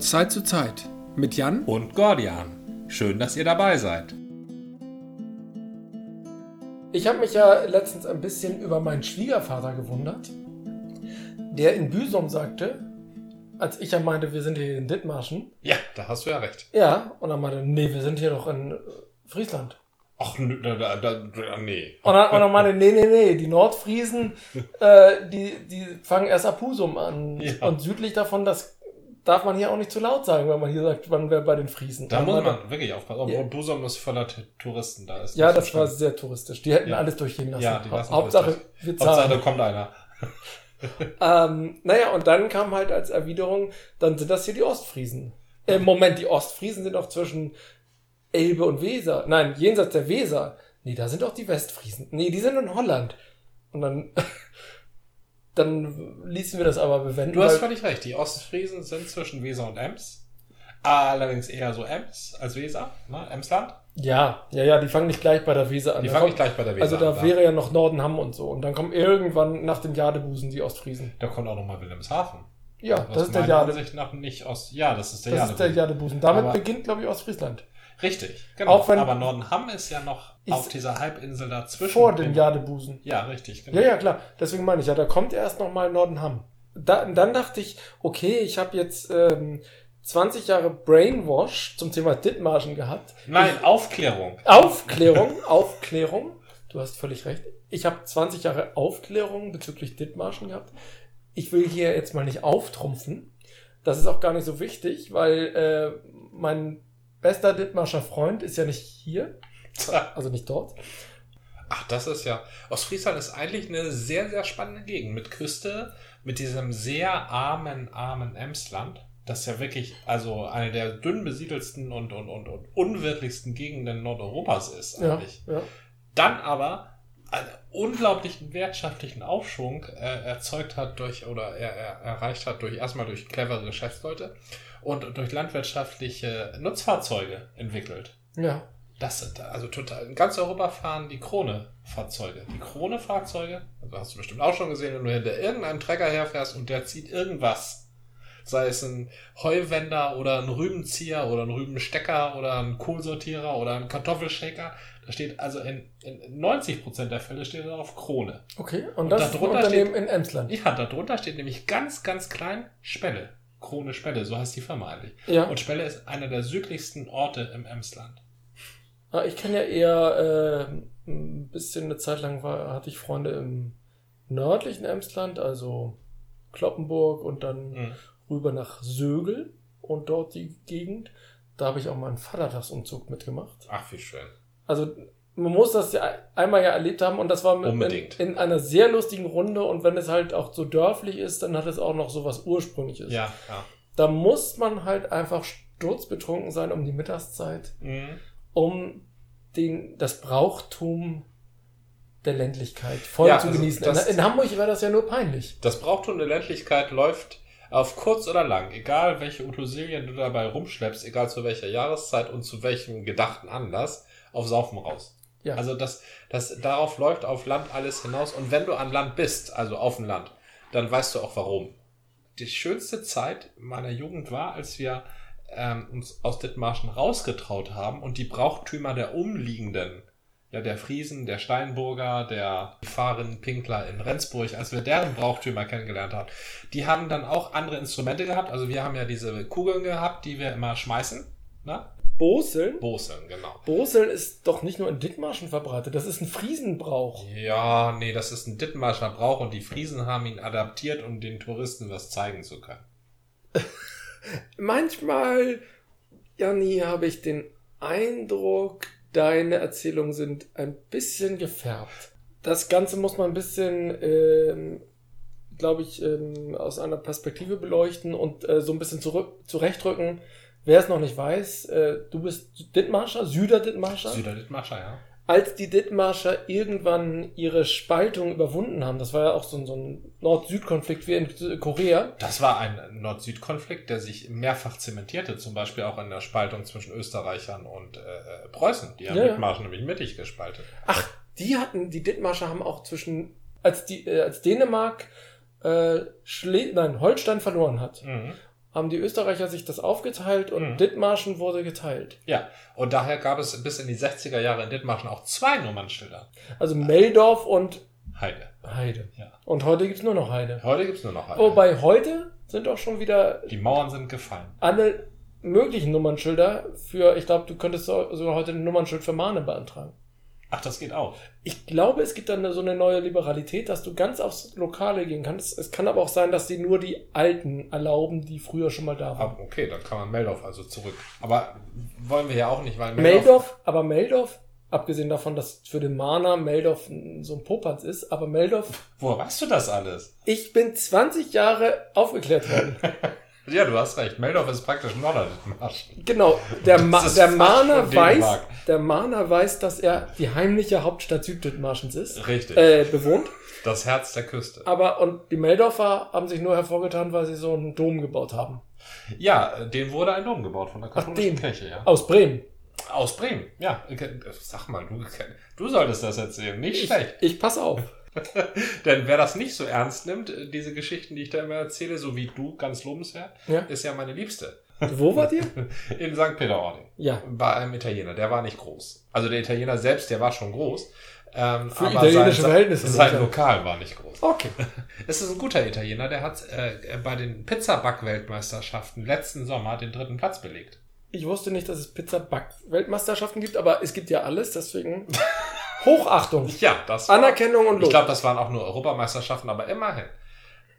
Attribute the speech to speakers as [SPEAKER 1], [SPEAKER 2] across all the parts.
[SPEAKER 1] Zeit zu Zeit mit Jan
[SPEAKER 2] und Gordian. Schön, dass ihr dabei seid.
[SPEAKER 1] Ich habe mich ja letztens ein bisschen über meinen Schwiegervater gewundert, der in Büsum sagte, als ich ja meinte, wir sind hier in Dithmarschen.
[SPEAKER 2] Ja, da hast du ja recht.
[SPEAKER 1] Ja, und dann meinte, nee, wir sind hier doch in äh, Friesland.
[SPEAKER 2] Ach, nö, da, da, da, da, nee.
[SPEAKER 1] Und dann, und dann meinte, nee, nee, nee, die Nordfriesen, äh, die, die fangen erst ab Husum an.
[SPEAKER 2] Ja.
[SPEAKER 1] Und südlich davon, das darf man hier auch nicht zu laut sagen, wenn man hier sagt, man wäre bei den Friesen.
[SPEAKER 2] Da
[SPEAKER 1] Dann
[SPEAKER 2] muss
[SPEAKER 1] meinte-
[SPEAKER 2] man wirklich aufpassen. Obwohl Busum ist voller T- Touristen da. Ist
[SPEAKER 1] Ja,
[SPEAKER 2] nicht so
[SPEAKER 1] das war
[SPEAKER 2] schlimm.
[SPEAKER 1] sehr touristisch. Die hätten
[SPEAKER 2] Ja.
[SPEAKER 1] alles durchgehen lassen.
[SPEAKER 2] Ja, die lassen
[SPEAKER 1] Hauptsache,
[SPEAKER 2] alles
[SPEAKER 1] wir
[SPEAKER 2] Hauptsache,
[SPEAKER 1] zahlen.
[SPEAKER 2] da kommt einer.
[SPEAKER 1] Ähm, naja, und dann kam halt als Erwiderung, dann sind das hier die Ostfriesen. Äh, Moment, die Ostfriesen sind auch zwischen Elbe und Weser. Nein, jenseits der Weser. Nee, da sind auch die Westfriesen. Nee, die sind in Holland. Und dann, dann ließen wir das aber bewenden.
[SPEAKER 2] Du hast
[SPEAKER 1] weil,
[SPEAKER 2] völlig recht. Die Ostfriesen sind zwischen Weser und Ems. Allerdings eher so Ems als Weser, ne? Emsland.
[SPEAKER 1] ja, ja, ja, die fangen nicht gleich bei der Weser an.
[SPEAKER 2] Die
[SPEAKER 1] Da
[SPEAKER 2] fangen
[SPEAKER 1] kommt-
[SPEAKER 2] nicht gleich bei der Weser
[SPEAKER 1] also
[SPEAKER 2] an.
[SPEAKER 1] da wäre ja noch Nordenham und so. Und dann kommen irgendwann nach dem Jadebusen die Ostfriesen.
[SPEAKER 2] da kommt auch nochmal Wilhelmshaven.
[SPEAKER 1] Ja,
[SPEAKER 2] Was
[SPEAKER 1] das ist der
[SPEAKER 2] meiner
[SPEAKER 1] Jade.
[SPEAKER 2] Ansicht nach nicht aus. Ja, das ist der
[SPEAKER 1] Das ist der
[SPEAKER 2] Jadebusen.
[SPEAKER 1] Jadebusen. Damit
[SPEAKER 2] Aber-
[SPEAKER 1] beginnt, glaube ich, Ostfriesland.
[SPEAKER 2] Richtig, genau.
[SPEAKER 1] Auch wenn-
[SPEAKER 2] Aber Nordenham ist ja noch
[SPEAKER 1] Ist-
[SPEAKER 2] auf dieser Halbinsel dazwischen.
[SPEAKER 1] Vor dem
[SPEAKER 2] Im-
[SPEAKER 1] Jadebusen.
[SPEAKER 2] Ja, richtig, genau.
[SPEAKER 1] Ja, ja, klar. Deswegen meine ich ja, da kommt erst nochmal Nordenham. Da, dann dachte ich, okay, ich habe jetzt ähm, 20 Jahre Brainwash zum Thema Dithmarschen gehabt.
[SPEAKER 2] Nein, Aufklärung.
[SPEAKER 1] Aufklärung, Aufklärung. Du hast völlig recht. Ich habe 20 Jahre Aufklärung bezüglich Dithmarschen gehabt. Ich will hier jetzt mal nicht auftrumpfen. Das ist auch gar nicht so wichtig, weil äh, mein bester Dithmarscher Freund ist ja nicht hier, also nicht dort.
[SPEAKER 2] Ach, das ist ja. Ostfriesland ist eigentlich eine sehr, sehr spannende Gegend mit Küste, mit diesem sehr armen, armen Emsland. Das ist ja wirklich, also eine der dünn besiedelsten und, und, und, und unwirtlichsten Gegenden Nordeuropas ist
[SPEAKER 1] Ja,
[SPEAKER 2] eigentlich.
[SPEAKER 1] ja.
[SPEAKER 2] Dann aber einen unglaublichen wirtschaftlichen Aufschwung äh, erzeugt hat durch oder er, er, erreicht hat durch erstmal durch clevere Geschäftsleute und durch landwirtschaftliche Nutzfahrzeuge entwickelt.
[SPEAKER 1] ja.
[SPEAKER 2] Das sind also total. In ganz Europa fahren die Krone-Fahrzeuge. Die Krone-Fahrzeuge, also hast du bestimmt auch schon gesehen, wenn du hinter irgendeinem Trecker herfährst und der zieht irgendwas. Sei es ein Heuwender oder ein Rübenzieher oder ein Rübenstecker oder ein Kohlsortierer oder ein Kartoffelshaker. Da steht also in, in 90% der Fälle steht da auf Krone.
[SPEAKER 1] Okay, und, das ist ein
[SPEAKER 2] darunter
[SPEAKER 1] Unternehmen
[SPEAKER 2] steht-
[SPEAKER 1] in Emsland.
[SPEAKER 2] Ja, darunter steht nämlich ganz, ganz klein Spelle. Krone Spelle, so heißt die Firma eigentlich.
[SPEAKER 1] Ja.
[SPEAKER 2] Und Spelle ist einer der südlichsten Orte im Emsland.
[SPEAKER 1] Ah, Ich kenne ja eher äh, ein bisschen eine Zeit lang war, hatte ich Freunde im nördlichen Emsland, also Kloppenburg und dann
[SPEAKER 2] Mhm.
[SPEAKER 1] rüber nach Sögel und dort die Gegend. Da habe ich auch mal einen Vatertagsumzug mitgemacht.
[SPEAKER 2] Ach, wie schön.
[SPEAKER 1] Also man muss das ja einmal ja erlebt haben und das war mit,
[SPEAKER 2] Unbedingt.
[SPEAKER 1] In, in einer sehr lustigen Runde und wenn es halt auch so dörflich ist, dann hat es auch noch so was Ursprüngliches.
[SPEAKER 2] Ja, ja.
[SPEAKER 1] Da muss man halt einfach sturzbetrunken sein um die Mittagszeit
[SPEAKER 2] Mhm.
[SPEAKER 1] um den, das Brauchtum der Ländlichkeit voll
[SPEAKER 2] Ja,
[SPEAKER 1] zu
[SPEAKER 2] also
[SPEAKER 1] genießen.
[SPEAKER 2] das-
[SPEAKER 1] in, in Hamburg war das ja nur peinlich.
[SPEAKER 2] Das Brauchtum der Ländlichkeit läuft auf kurz oder lang, egal welche Utensilien du dabei rumschleppst, egal zu welcher Jahreszeit und zu welchem gedachten Anlass, auf Saufen raus.
[SPEAKER 1] Ja.
[SPEAKER 2] Also das, das, darauf läuft auf Land alles hinaus. Und wenn du an Land bist, also auf dem Land, dann weißt du auch warum. Die schönste Zeit meiner Jugend war, als wir ähm, uns aus Dithmarschen rausgetraut haben und die Brauchtümer der Umliegenden, ja der Friesen, der Steinburger, der Fahren Pinkler in Rendsburg, als wir deren Brauchtümer kennengelernt haben, die haben dann auch andere Instrumente gehabt. Also wir haben ja diese Kugeln gehabt, die wir immer schmeißen. Ne?
[SPEAKER 1] Boseln?
[SPEAKER 2] Boseln, genau.
[SPEAKER 1] Boseln ist doch nicht nur in Dithmarschen verbreitet, das ist ein Friesenbrauch.
[SPEAKER 2] Ja, nee, das ist ein Dithmarscher Brauch und die Friesen haben ihn adaptiert, um den Touristen was zeigen zu können.
[SPEAKER 1] Manchmal, Janni, habe ich den Eindruck, deine Erzählungen sind ein bisschen gefärbt. Das Ganze muss man ein bisschen, ähm, glaube ich, ähm, aus einer Perspektive beleuchten und äh, so ein bisschen zurück, zurechtrücken. Wer es noch nicht weiß, äh, du bist Dithmarscher, Süder Dithmarscher.
[SPEAKER 2] Süder-Dithmarscher, ja.
[SPEAKER 1] Als die Dithmarscher irgendwann ihre Spaltung überwunden haben, das war ja auch so ein, so ein Nord-Süd-Konflikt wie in Korea.
[SPEAKER 2] Das war ein Nord-Süd-Konflikt, der sich mehrfach zementierte, zum Beispiel auch in der Spaltung zwischen Österreichern und äh, Preußen. Die haben
[SPEAKER 1] Ja, ja.
[SPEAKER 2] Dithmarschen nämlich mittig gespalten.
[SPEAKER 1] Ach, die hatten, die Dithmarscher haben auch zwischen, als die, äh, als Dänemark äh, Schle nein, Holstein verloren hat
[SPEAKER 2] Mhm.
[SPEAKER 1] haben die Österreicher sich das aufgeteilt und
[SPEAKER 2] Mhm.
[SPEAKER 1] Dithmarschen wurde geteilt.
[SPEAKER 2] Ja, und daher gab es bis in die 60er Jahre in Dithmarschen auch zwei Nummernschilder.
[SPEAKER 1] Also Meldorf und
[SPEAKER 2] Heide.
[SPEAKER 1] Heide.
[SPEAKER 2] Ja.
[SPEAKER 1] Und heute gibt's nur noch Heide.
[SPEAKER 2] Heute gibt's nur noch Heide.
[SPEAKER 1] Wobei heute sind auch schon wieder
[SPEAKER 2] Die Mauern sind gefallen.
[SPEAKER 1] alle möglichen Nummernschilder für, ich glaube, du könntest so- sogar heute ein Nummernschild für Mahne beantragen.
[SPEAKER 2] Ach, das geht auch.
[SPEAKER 1] Ich glaube, es gibt dann so eine neue Liberalität, dass du ganz aufs Lokale gehen kannst. Es kann aber auch sein, dass die nur die Alten erlauben, die früher schon mal da waren.
[SPEAKER 2] Aber Ah, okay, dann kann man Meldorf also zurück. Aber wollen wir ja auch nicht, weil
[SPEAKER 1] Meldorf, aber Meldorf, abgesehen davon, dass für den Mahner Meldorf n- so ein Popanz ist, aber Meldorf,
[SPEAKER 2] Woher weißt du das alles?
[SPEAKER 1] ich bin 20 Jahre aufgeklärt worden.
[SPEAKER 2] Ja, du hast recht. Meldorf ist praktisch Norddeutschmarsch.
[SPEAKER 1] Genau, der, Ma
[SPEAKER 2] ist
[SPEAKER 1] der
[SPEAKER 2] fast von
[SPEAKER 1] Mahner
[SPEAKER 2] dem
[SPEAKER 1] weiß,
[SPEAKER 2] Mark.
[SPEAKER 1] der Mahner weiß, dass er die heimliche Hauptstadt Südmarschens ist,
[SPEAKER 2] Richtig.
[SPEAKER 1] äh, bewohnt.
[SPEAKER 2] Das Herz der Küste.
[SPEAKER 1] Aber, und die Meldorfer haben sich nur hervorgetan, weil sie so einen Dom gebaut haben.
[SPEAKER 2] Ja, dem wurde ein Dom gebaut von der katholischen
[SPEAKER 1] dem.
[SPEAKER 2] Kirche, ja.
[SPEAKER 1] Aus Bremen.
[SPEAKER 2] Aus Bremen, ja. äh, Sag mal, du, du solltest das erzählen. Nicht
[SPEAKER 1] Ich,
[SPEAKER 2] schlecht.
[SPEAKER 1] ich passe auf.
[SPEAKER 2] Denn wer das nicht so ernst nimmt, äh, diese Geschichten, die ich da immer erzähle, so wie du, ganz lobenswert,
[SPEAKER 1] Ja.
[SPEAKER 2] ist ja meine Liebste.
[SPEAKER 1] Wo wart ihr?
[SPEAKER 2] In St. Peter-Ording.
[SPEAKER 1] Ja.
[SPEAKER 2] Bei einem Italiener, der war nicht groß. Also der Italiener selbst, der war schon groß. Ähm,
[SPEAKER 1] Für
[SPEAKER 2] aber
[SPEAKER 1] italienische
[SPEAKER 2] sein,
[SPEAKER 1] Verhältnisse
[SPEAKER 2] Sein
[SPEAKER 1] sicher.
[SPEAKER 2] Lokal war nicht groß.
[SPEAKER 1] Okay.
[SPEAKER 2] Es ist ein guter Italiener, der hat äh, bei den Pizzaback-Weltmeisterschaften letzten Sommer den dritten Platz belegt.
[SPEAKER 1] Ich wusste nicht, dass es Pizza-Back-Weltmeisterschaften gibt, aber es gibt ja alles, deswegen Hochachtung,
[SPEAKER 2] Ja, das war-
[SPEAKER 1] Anerkennung und
[SPEAKER 2] Ich
[SPEAKER 1] Lob.
[SPEAKER 2] glaube, das waren auch nur Europameisterschaften, aber immerhin.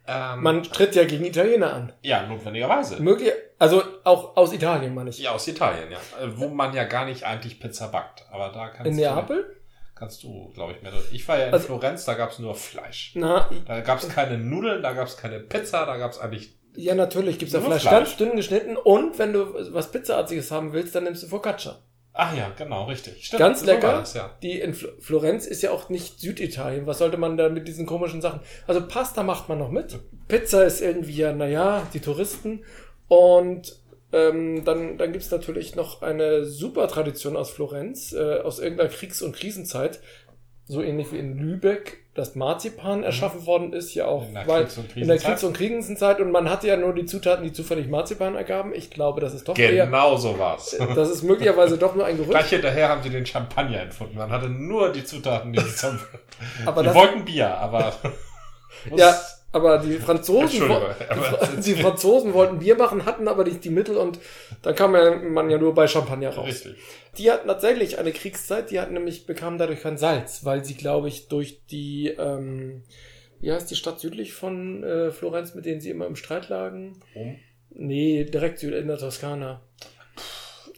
[SPEAKER 2] Ähm,
[SPEAKER 1] Man tritt ja gegen Italiener an.
[SPEAKER 2] ja, notwendigerweise.
[SPEAKER 1] Möglich, also auch aus Italien, meine ich.
[SPEAKER 2] Ja, aus Italien, ja. Äh, Wo man ja gar nicht eigentlich Pizza backt. Aber da kannst
[SPEAKER 1] In
[SPEAKER 2] du,
[SPEAKER 1] Neapel?
[SPEAKER 2] kannst du, glaube ich, mehr. drin- Ich war ja in
[SPEAKER 1] Also-
[SPEAKER 2] Florenz, da gab es nur Fleisch.
[SPEAKER 1] Na,
[SPEAKER 2] Da gab es keine Nudeln, da gab es keine Pizza, da gab es eigentlich.
[SPEAKER 1] ja, natürlich gibt's da
[SPEAKER 2] Nur
[SPEAKER 1] Fleisch.
[SPEAKER 2] Fleisch.
[SPEAKER 1] Ganz dünn geschnitten und wenn du was Pizzaartiges haben willst, dann nimmst du Focaccia.
[SPEAKER 2] Ach ja, genau, richtig. Stimmt,
[SPEAKER 1] Ganz
[SPEAKER 2] so
[SPEAKER 1] lecker.
[SPEAKER 2] war das, ja.
[SPEAKER 1] Die in Fl Florenz ist ja auch nicht Süditalien. Was sollte man da mit diesen komischen Sachen? Also Pasta macht man noch mit. Pizza ist irgendwie ja, naja, die Touristen. Und ähm, dann, dann gibt's natürlich noch eine super Tradition aus Florenz, äh, aus irgendeiner Kriegs- und Krisenzeit. So ähnlich wie in Lübeck, das Marzipan erschaffen worden ist, ja auch,
[SPEAKER 2] Mhm. In der
[SPEAKER 1] weil
[SPEAKER 2] Kriegs- und
[SPEAKER 1] in der
[SPEAKER 2] Krisenzeit.
[SPEAKER 1] Kriegs- und Krisenzeit und man hatte ja nur die Zutaten, die zufällig Marzipan ergaben. Ich glaube, das ist doch eher,
[SPEAKER 2] Genau so war's.
[SPEAKER 1] das ist möglicherweise doch nur ein Gerücht.
[SPEAKER 2] Gleich hinterher haben sie den Champagner entfunden. Man hatte nur die Zutaten, die sie zum.
[SPEAKER 1] Aber
[SPEAKER 2] die
[SPEAKER 1] das-
[SPEAKER 2] wollten Bier, aber.
[SPEAKER 1] Ja, aber die Franzosen,
[SPEAKER 2] Entschuldigung,
[SPEAKER 1] wo- die,
[SPEAKER 2] aber-
[SPEAKER 1] Fra- die Franzosen wollten Bier machen, hatten aber nicht die Mittel und da kam ja, man ja nur bei Champagner raus.
[SPEAKER 2] Richtig.
[SPEAKER 1] Die hatten tatsächlich eine Kriegszeit, die hatten nämlich, bekamen dadurch kein Salz, weil sie, glaube ich, durch die, ähm, wie heißt die Stadt südlich von äh, Florenz, mit denen sie immer im Streit lagen?
[SPEAKER 2] Um.
[SPEAKER 1] Nee, direkt süd in der Toskana.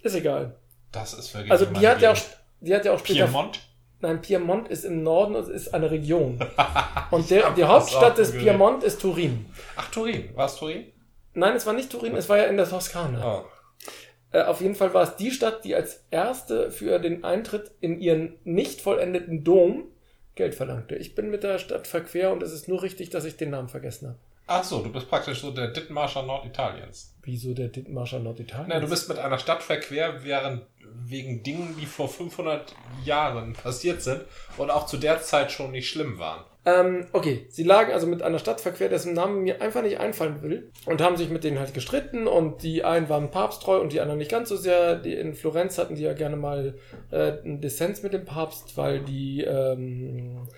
[SPEAKER 1] Ist egal.
[SPEAKER 2] Das ist wirklich.
[SPEAKER 1] Also
[SPEAKER 2] immer
[SPEAKER 1] die hat ja auch,
[SPEAKER 2] gegeben.
[SPEAKER 1] die hat ja auch später
[SPEAKER 2] Piemont?
[SPEAKER 1] Nein, Piemont ist im Norden und ist eine Region. Und der, die
[SPEAKER 2] das auch
[SPEAKER 1] Hauptstadt des
[SPEAKER 2] gehört.
[SPEAKER 1] Piemont ist Turin.
[SPEAKER 2] Ach, Turin. War es Turin?
[SPEAKER 1] Nein, es war nicht Turin, es war ja in der Toskana.
[SPEAKER 2] Oh.
[SPEAKER 1] Äh, auf jeden Fall war es die Stadt, die als erste für den Eintritt in ihren nicht vollendeten Dom Geld verlangte. Ich bin mit der Stadt verquer und es ist nur richtig, dass ich den Namen vergessen habe.
[SPEAKER 2] Ach so, du bist praktisch so der Dithmarscher Norditaliens.
[SPEAKER 1] Wieso der Dithmarscher Norditalien?
[SPEAKER 2] Na, du bist mit einer Stadt verquer, während wegen Dingen, die vor 500 Jahren passiert sind und auch zu der Zeit schon nicht schlimm waren.
[SPEAKER 1] Ähm, okay, sie lagen also mit einer Stadt verquer, dessen Namen mir einfach nicht einfallen will, und haben sich mit denen halt gestritten und die einen waren papsttreu und die anderen nicht ganz so sehr. Die in Florenz hatten die ja gerne mal äh, einen Dissens mit dem Papst, weil die ähm,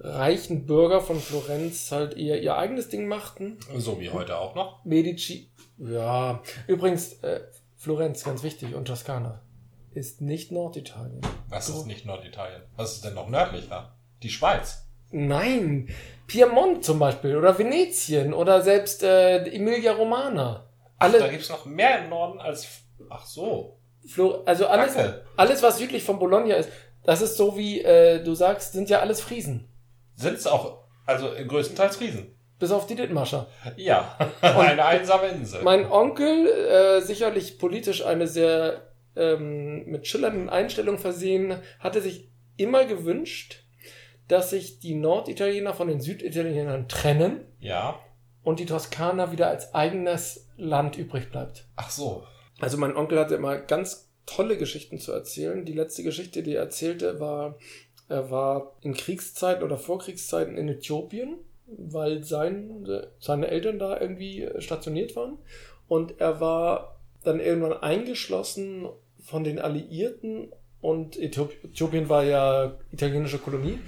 [SPEAKER 1] reichen Bürger von Florenz halt eher ihr eigenes Ding machten.
[SPEAKER 2] So wie heute auch noch.
[SPEAKER 1] Medici, ja, übrigens, äh, Florenz, ganz wichtig, und Toskana ist nicht Norditalien.
[SPEAKER 2] Was ist nicht Norditalien? Was ist denn noch nördlicher? Die Schweiz.
[SPEAKER 1] Nein, Piemont zum Beispiel oder Venetien oder selbst äh, Emilia Romana.
[SPEAKER 2] Also da
[SPEAKER 1] Alle,
[SPEAKER 2] gibt es noch mehr im Norden als. Ach so.
[SPEAKER 1] Flo, also alles,
[SPEAKER 2] Danke.
[SPEAKER 1] alles, was südlich von Bologna ist, das ist so wie äh, du sagst, sind ja alles Friesen.
[SPEAKER 2] Sind es auch, also größtenteils Riesen.
[SPEAKER 1] Bis auf die Dithmarscher.
[SPEAKER 2] Ja, eine einsame Insel.
[SPEAKER 1] Mein Onkel, äh, sicherlich politisch eine sehr ähm, mit schillernden Einstellung versehen, hatte sich immer gewünscht, dass sich die Norditaliener von den Süditalienern trennen
[SPEAKER 2] ja.
[SPEAKER 1] und die Toskana wieder als eigenes Land übrig bleibt.
[SPEAKER 2] Ach so.
[SPEAKER 1] Also mein Onkel hatte immer ganz tolle Geschichten zu erzählen. Die letzte Geschichte, die er erzählte, war, er war in Kriegszeiten oder Vorkriegszeiten in Äthiopien, weil sein, seine Eltern da irgendwie stationiert waren. Und er war dann irgendwann eingeschlossen von den Alliierten und Äthiop- Äthiopien war ja italienische Kolonie.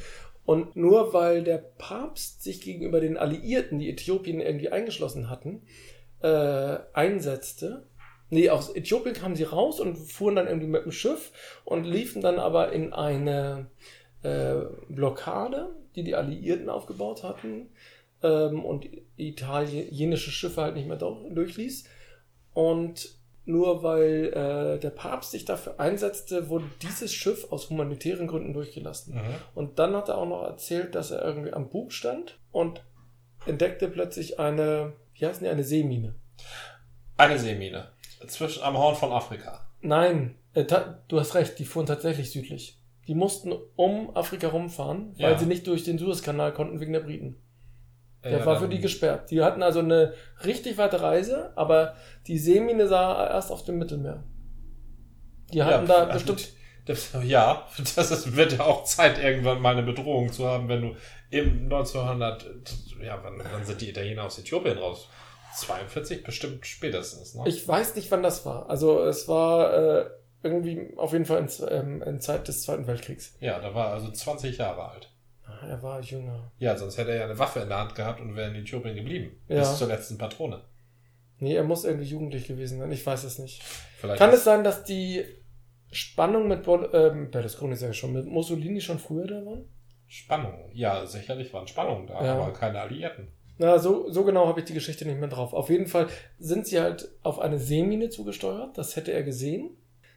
[SPEAKER 1] Und nur weil der Papst sich gegenüber den Alliierten, die Äthiopien irgendwie eingeschlossen hatten, äh, einsetzte, nee, aus Äthiopien kamen sie raus und fuhren dann irgendwie mit dem Schiff und liefen dann aber in eine äh, Blockade, die die Alliierten aufgebaut hatten ähm, und italienische Schiffe halt nicht mehr dau- durchließ. Und nur weil äh, der Papst sich dafür einsetzte, wurde dieses Schiff aus humanitären Gründen durchgelassen.
[SPEAKER 2] Mhm.
[SPEAKER 1] Und dann hat er auch noch erzählt, dass er irgendwie am Bug stand und entdeckte plötzlich eine, wie heißen die, eine Seemine.
[SPEAKER 2] Eine Seemine. Zwischen am Horn von Afrika.
[SPEAKER 1] Nein, äh, ta- du hast recht, die fuhren tatsächlich südlich. Die mussten um Afrika rumfahren, weil
[SPEAKER 2] Ja.
[SPEAKER 1] sie nicht durch den Suezkanal konnten wegen der Briten.
[SPEAKER 2] Äh,
[SPEAKER 1] Der
[SPEAKER 2] ja,
[SPEAKER 1] war
[SPEAKER 2] dann-
[SPEAKER 1] für die gesperrt. Die hatten also eine richtig weite Reise, aber die Seemine sah er erst auf dem Mittelmeer. Die
[SPEAKER 2] Ja,
[SPEAKER 1] hatten da
[SPEAKER 2] also
[SPEAKER 1] bestimmt.
[SPEAKER 2] Das, ja, das ist, wird ja auch Zeit, irgendwann mal eine Bedrohung zu haben, wenn du im 1900, ja, wann, wann sind die Italiener aus Äthiopien raus? 42 bestimmt spätestens, ne?
[SPEAKER 1] Ich weiß nicht, wann das war. Also es war äh, irgendwie auf jeden Fall in, Z- ähm, in Zeit des Zweiten Weltkriegs.
[SPEAKER 2] ja, da war er also 20 Jahre alt.
[SPEAKER 1] Ah, Er war jünger.
[SPEAKER 2] Ja, sonst hätte er ja eine Waffe in der Hand gehabt und wäre in Äthiopien geblieben.
[SPEAKER 1] Ja.
[SPEAKER 2] Bis zur letzten Patrone.
[SPEAKER 1] Nee, er muss irgendwie jugendlich gewesen sein. Ich weiß es nicht.
[SPEAKER 2] Vielleicht
[SPEAKER 1] Kann es sein, dass die Spannung mit Bol ähm, Berlusconi, sag ich schon, mit Mussolini schon früher da waren?
[SPEAKER 2] Spannung. Ja, sicherlich waren Spannungen da,
[SPEAKER 1] Ja.
[SPEAKER 2] aber keine Alliierten.
[SPEAKER 1] Na, so, so genau habe ich die Geschichte nicht mehr drauf. Auf jeden Fall sind sie halt auf eine Seemine zugesteuert. Das hätte er gesehen.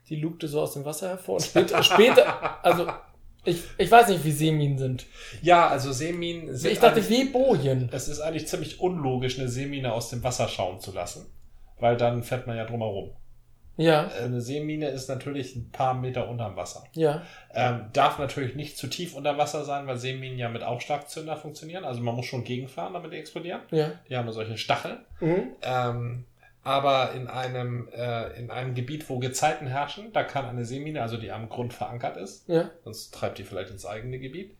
[SPEAKER 1] Die lugte so aus dem Wasser hervor. Und später, später also ich, ich weiß nicht, wie Seeminen sind.
[SPEAKER 2] Ja, also Seeminen sind.
[SPEAKER 1] Ich dachte,
[SPEAKER 2] eigentlich-
[SPEAKER 1] wie Bojen.
[SPEAKER 2] es ist eigentlich ziemlich unlogisch, eine Seemine aus dem Wasser schauen zu lassen, weil dann fährt man ja drumherum.
[SPEAKER 1] Ja,
[SPEAKER 2] Eine Seemine ist natürlich ein paar Meter unterm Wasser.
[SPEAKER 1] ja.
[SPEAKER 2] Ähm, darf natürlich nicht zu tief unter Wasser sein, weil Seeminen ja mit Aufschlagzünder funktionieren. Also man muss schon gegenfahren, damit die explodieren.
[SPEAKER 1] Ja.
[SPEAKER 2] Die haben ja solche Stacheln.
[SPEAKER 1] Mhm.
[SPEAKER 2] Ähm, aber in einem, äh, in einem Gebiet, wo Gezeiten herrschen, da kann eine Seemine, also die am Grund verankert ist,
[SPEAKER 1] Ja.
[SPEAKER 2] sonst treibt die vielleicht ins eigene Gebiet,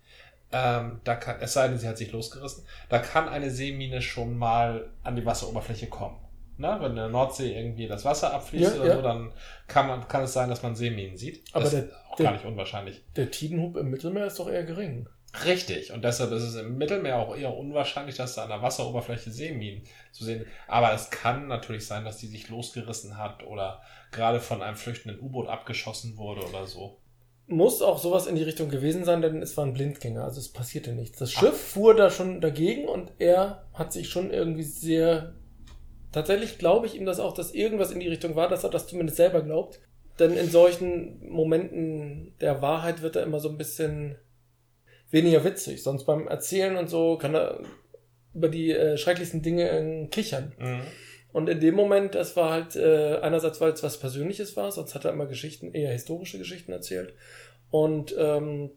[SPEAKER 2] ähm, da kann, es sei denn, sie hat sich losgerissen, da kann eine Seemine schon mal an die Wasseroberfläche kommen. Na, wenn in der Nordsee irgendwie das Wasser abfließt
[SPEAKER 1] Ja,
[SPEAKER 2] oder
[SPEAKER 1] ja.
[SPEAKER 2] so, dann kann, man, kann es sein, dass man Seeminen sieht.
[SPEAKER 1] Aber
[SPEAKER 2] das
[SPEAKER 1] der-
[SPEAKER 2] ist auch
[SPEAKER 1] der-
[SPEAKER 2] gar nicht unwahrscheinlich.
[SPEAKER 1] Der Tidenhub im Mittelmeer ist doch eher gering.
[SPEAKER 2] Richtig, und deshalb ist es im Mittelmeer auch eher unwahrscheinlich, dass da an der Wasseroberfläche Seeminen zu sehen sind. Aber es kann natürlich sein, dass die sich losgerissen hat oder gerade von einem flüchtenden U-Boot abgeschossen wurde oder so.
[SPEAKER 1] muss auch sowas in die Richtung gewesen sein, denn es waren Blindgänger, also es passierte nichts. Das Schiff fuhr da schon dagegen und er hat sich schon irgendwie sehr. Tatsächlich glaube ich ihm das auch, dass irgendwas in die Richtung war, dass er das zumindest selber glaubt. Denn in solchen Momenten der Wahrheit wird er immer so ein bisschen weniger witzig. Sonst beim Erzählen und so kann er über die äh, schrecklichsten Dinge äh, kichern.
[SPEAKER 2] Mhm.
[SPEAKER 1] Und in dem Moment, das war halt äh, einerseits, weil es was Persönliches war, sonst hat er immer Geschichten, eher historische Geschichten erzählt und ähm,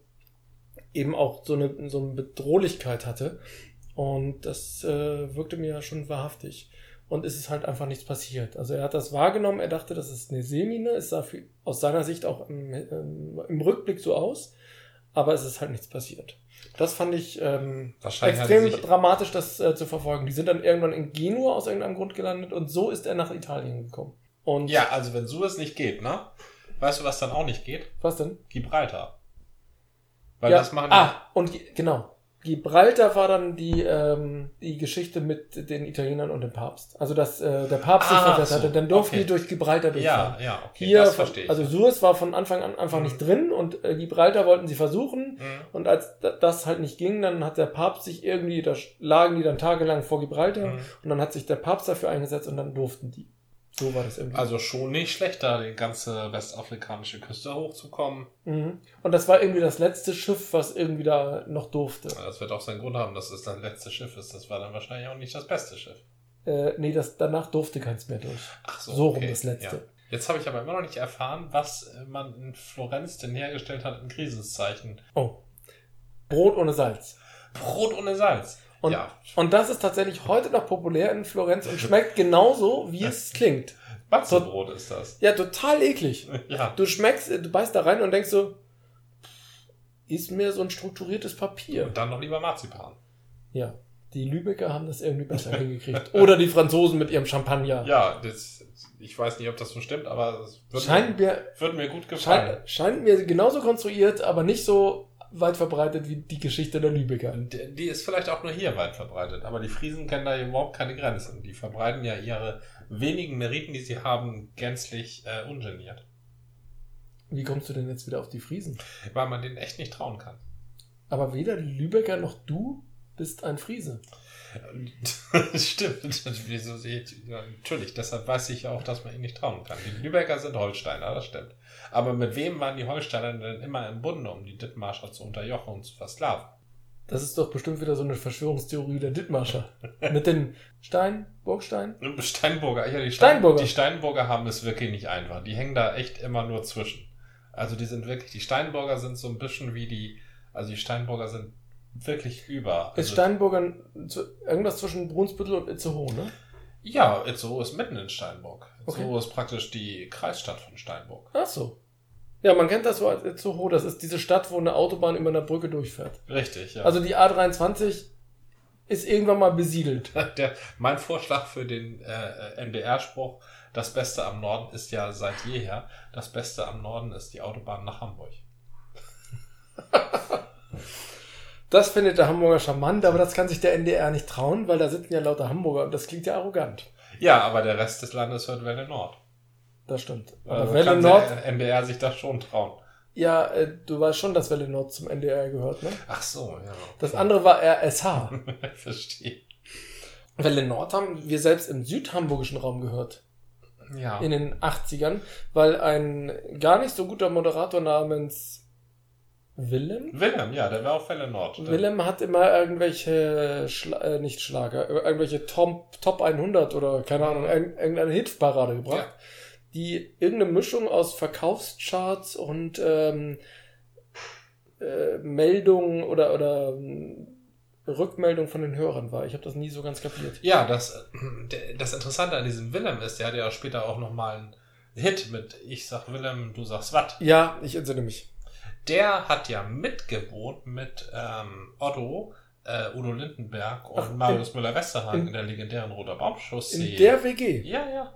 [SPEAKER 1] eben auch so eine, so eine Bedrohlichkeit hatte. Und das äh, wirkte mir ja schon wahrhaftig. Und es ist halt einfach nichts passiert. Also er hat das wahrgenommen, er dachte, das ist eine Semine, es sah für, aus seiner Sicht auch im, im, im Rückblick so aus, aber es ist halt nichts passiert. Das fand ich ähm,
[SPEAKER 2] Wahrscheinlich hat
[SPEAKER 1] extrem
[SPEAKER 2] sie sich
[SPEAKER 1] dramatisch, das äh, zu verfolgen. Die sind dann irgendwann in Genua aus irgendeinem Grund gelandet und so ist er nach Italien gekommen. Und
[SPEAKER 2] Ja, also wenn sowas nicht geht, ne? Weißt du, was dann auch nicht geht?
[SPEAKER 1] was denn?
[SPEAKER 2] Gibraltar. Weil
[SPEAKER 1] ja,
[SPEAKER 2] das machen ja-
[SPEAKER 1] Ah, und Gi- genau. Gibraltar war dann die, ähm, die Geschichte mit den Italienern und dem Papst. Also, dass äh, der Papst sich
[SPEAKER 2] Ah,
[SPEAKER 1] verwehrt
[SPEAKER 2] so,
[SPEAKER 1] hatte, dann durften
[SPEAKER 2] okay.
[SPEAKER 1] die durch Gibraltar durchfahren.
[SPEAKER 2] ja, ja, okay,
[SPEAKER 1] Hier,
[SPEAKER 2] das verstehe ich.
[SPEAKER 1] also Suez war von Anfang an einfach
[SPEAKER 2] Mhm.
[SPEAKER 1] nicht drin und äh, Gibraltar wollten sie versuchen.
[SPEAKER 2] Mhm.
[SPEAKER 1] Und als da- das halt nicht ging, dann hat der Papst sich irgendwie, da sch- lagen die dann tagelang vor Gibraltar
[SPEAKER 2] Mhm.
[SPEAKER 1] und dann hat sich der Papst dafür eingesetzt und dann durften die. So war das irgendwie.
[SPEAKER 2] also schon nicht schlecht, da die ganze westafrikanische Küste hochzukommen.
[SPEAKER 1] Mhm. Und das war irgendwie das letzte Schiff, was irgendwie da noch durfte.
[SPEAKER 2] Ja, Das wird auch seinen Grund haben, dass es das letzte Schiff ist. Das war dann wahrscheinlich auch nicht das beste Schiff.
[SPEAKER 1] Äh, nee, das, danach durfte keins mehr durch.
[SPEAKER 2] Ach
[SPEAKER 1] So rum das letzte.
[SPEAKER 2] Jetzt habe ich aber immer noch nicht erfahren, was äh, man in Florenz denn hergestellt hat in Krisenszeichen.
[SPEAKER 1] Oh. Brot ohne Salz.
[SPEAKER 2] Brot ohne Salz.
[SPEAKER 1] Und,
[SPEAKER 2] ja,
[SPEAKER 1] und das ist tatsächlich heute noch populär in Florenz und schmeckt genauso, wie es klingt.
[SPEAKER 2] Batzebrot ist das.
[SPEAKER 1] Ja, total eklig.
[SPEAKER 2] Ja,
[SPEAKER 1] Du schmeckst, äh, du beißt da rein und denkst so, ist mir so ein strukturiertes Papier.
[SPEAKER 2] und dann noch lieber Marzipan.
[SPEAKER 1] Ja. Die Lübecker haben das irgendwie besser hingekriegt. Oder die Franzosen mit ihrem Champagner.
[SPEAKER 2] Ja, das, ich weiß nicht, ob das so stimmt, aber es wird,
[SPEAKER 1] Scheint mir,
[SPEAKER 2] mir, wird mir gut gefallen.
[SPEAKER 1] scheint, scheint mir genauso konstruiert, aber nicht so weit verbreitet wie die Geschichte der Lübecker.
[SPEAKER 2] D- Die ist vielleicht auch nur hier weit verbreitet, aber die Friesen kennen da überhaupt keine Grenzen. Die verbreiten ja ihre wenigen Meriten, die sie haben, gänzlich äh, ungeniert.
[SPEAKER 1] Wie kommst du denn jetzt wieder auf die Friesen?
[SPEAKER 2] Weil man denen echt nicht trauen kann.
[SPEAKER 1] Aber weder die Lübecker noch du bist ein Friese.
[SPEAKER 2] stimmt. Wieso sie, ja, natürlich, deshalb weiß ich ja auch, dass man ihnen nicht trauen kann. Die Lübecker sind Holsteiner, das stimmt. Aber mit wem waren die Holsteiner denn immer im Bunde, um die Dithmarscher zu unterjochen und zu versklaven?
[SPEAKER 1] Das ist doch bestimmt wieder so eine Verschwörungstheorie der Dithmarscher. Mit den Stein, Burgstein.
[SPEAKER 2] Steinburger, ja, die
[SPEAKER 1] Steinburger.
[SPEAKER 2] Steinburger. Die Steinburger haben es wirklich nicht einfach. Die hängen da echt immer nur zwischen. Also die sind wirklich, die Steinburger sind so ein bisschen wie die, also die Steinburger sind wirklich über.
[SPEAKER 1] Ist
[SPEAKER 2] Also,
[SPEAKER 1] Steinburger zu- irgendwas zwischen Brunsbüttel und Itzehoe, ne?
[SPEAKER 2] ja, Itzehoe ist mitten in Steinburg. Itzehoe
[SPEAKER 1] Okay.
[SPEAKER 2] ist praktisch die Kreisstadt von Steinburg.
[SPEAKER 1] Ach so. Ja, man kennt das so als Itzehoe. Das ist diese Stadt, wo eine Autobahn über einer Brücke durchfährt.
[SPEAKER 2] Richtig, ja.
[SPEAKER 1] Also die A23 ist irgendwann mal besiedelt.
[SPEAKER 2] Der, mein Vorschlag für den äh, MDR-Spruch, das Beste am Norden ist ja seit jeher, das Beste am Norden ist die Autobahn nach Hamburg.
[SPEAKER 1] Das findet der Hamburger charmant, aber das kann sich der NDR nicht trauen, weil da sitzen ja lauter Hamburger und das klingt ja arrogant.
[SPEAKER 2] Ja, aber der Rest des Landes hört Welle Nord.
[SPEAKER 1] Das stimmt. Aber
[SPEAKER 2] Also
[SPEAKER 1] Welle
[SPEAKER 2] kann
[SPEAKER 1] Nord,
[SPEAKER 2] der MDR sich das schon trauen.
[SPEAKER 1] ja, äh, du weißt schon, dass Welle Nord zum NDR gehört, ne?
[SPEAKER 2] Ach so, ja.
[SPEAKER 1] Das andere war RSH.
[SPEAKER 2] Verstehe.
[SPEAKER 1] Welle Nord haben wir selbst im südhamburgischen Raum gehört,
[SPEAKER 2] Ja.
[SPEAKER 1] in den 80ern, weil ein gar nicht so guter Moderator namens Willem?
[SPEAKER 2] Willem, ja, der war auf Welle Nord. Der-
[SPEAKER 1] Willem hat immer irgendwelche, Schla äh, nicht Schlager, ir- irgendwelche Top, Top 100 oder keine Ahnung, irg- irgendeine Hitparade gebracht,
[SPEAKER 2] Ja.
[SPEAKER 1] die irgendeine Mischung aus Verkaufscharts und ähm, äh, Meldungen oder, oder ähm, Rückmeldung von den Hörern war. Ich habe das nie so ganz kapiert.
[SPEAKER 2] Ja, das, äh, der- das Interessante an diesem Willem ist, der hat ja später auch nochmal einen Hit mit Ich sag Willem, du sagst wat.
[SPEAKER 1] Ja, ich entsinne mich.
[SPEAKER 2] Der hat ja mitgewohnt mit ähm, Otto, äh, Udo Lindenberg und
[SPEAKER 1] Ach, in-
[SPEAKER 2] Marius Müller-Westernhagen in,
[SPEAKER 1] in-
[SPEAKER 2] der legendären Roter Baumchaussee.
[SPEAKER 1] In der WG.
[SPEAKER 2] ja, ja.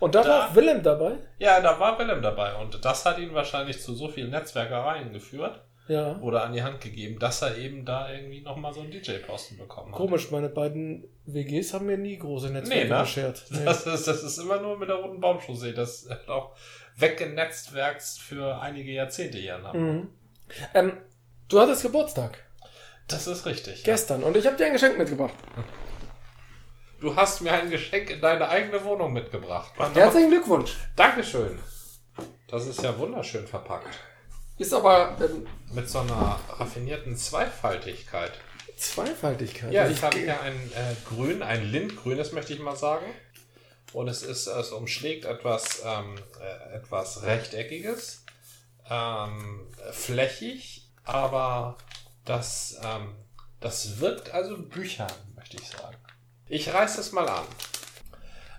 [SPEAKER 1] Und da, war
[SPEAKER 2] Da-
[SPEAKER 1] auch Willem dabei.
[SPEAKER 2] Ja, da war Willem dabei und das hat ihn wahrscheinlich zu so vielen Netzwerkereien geführt.
[SPEAKER 1] Ja.
[SPEAKER 2] oder an die Hand gegeben, dass er eben da irgendwie nochmal so einen DJ-Posten bekommen hat.
[SPEAKER 1] Komisch, meine beiden WGs haben mir nie große Netzwerke
[SPEAKER 2] Nee, ne?
[SPEAKER 1] beschert. Nee.
[SPEAKER 2] Das ist, das ist immer nur mit der roten Baumchaussee. Das hat auch weggenetzwerkst für einige Jahrzehnte hier. ne? in Hamburg.
[SPEAKER 1] Mhm. Ähm, du hattest Geburtstag
[SPEAKER 2] Das ist richtig.
[SPEAKER 1] gestern und ich habe dir ein Geschenk mitgebracht.
[SPEAKER 2] Du hast mir ein Geschenk in deine eigene Wohnung mitgebracht.
[SPEAKER 1] Herzlichen Glückwunsch.
[SPEAKER 2] Dankeschön. Das ist ja wunderschön verpackt.
[SPEAKER 1] Ist aber ähm,
[SPEAKER 2] Mit so einer raffinierten Zweifaltigkeit.
[SPEAKER 1] Zweifaltigkeit.
[SPEAKER 2] Ja,
[SPEAKER 1] Also
[SPEAKER 2] ich habe hier ein äh, Grün, ein Lindgrünes möchte ich mal sagen. Und es ist, es umschlägt etwas, ähm, äh, etwas rechteckiges, ähm, flächig, aber das, ähm, das wirkt also Büchern, möchte ich sagen. Ich reiße es mal an.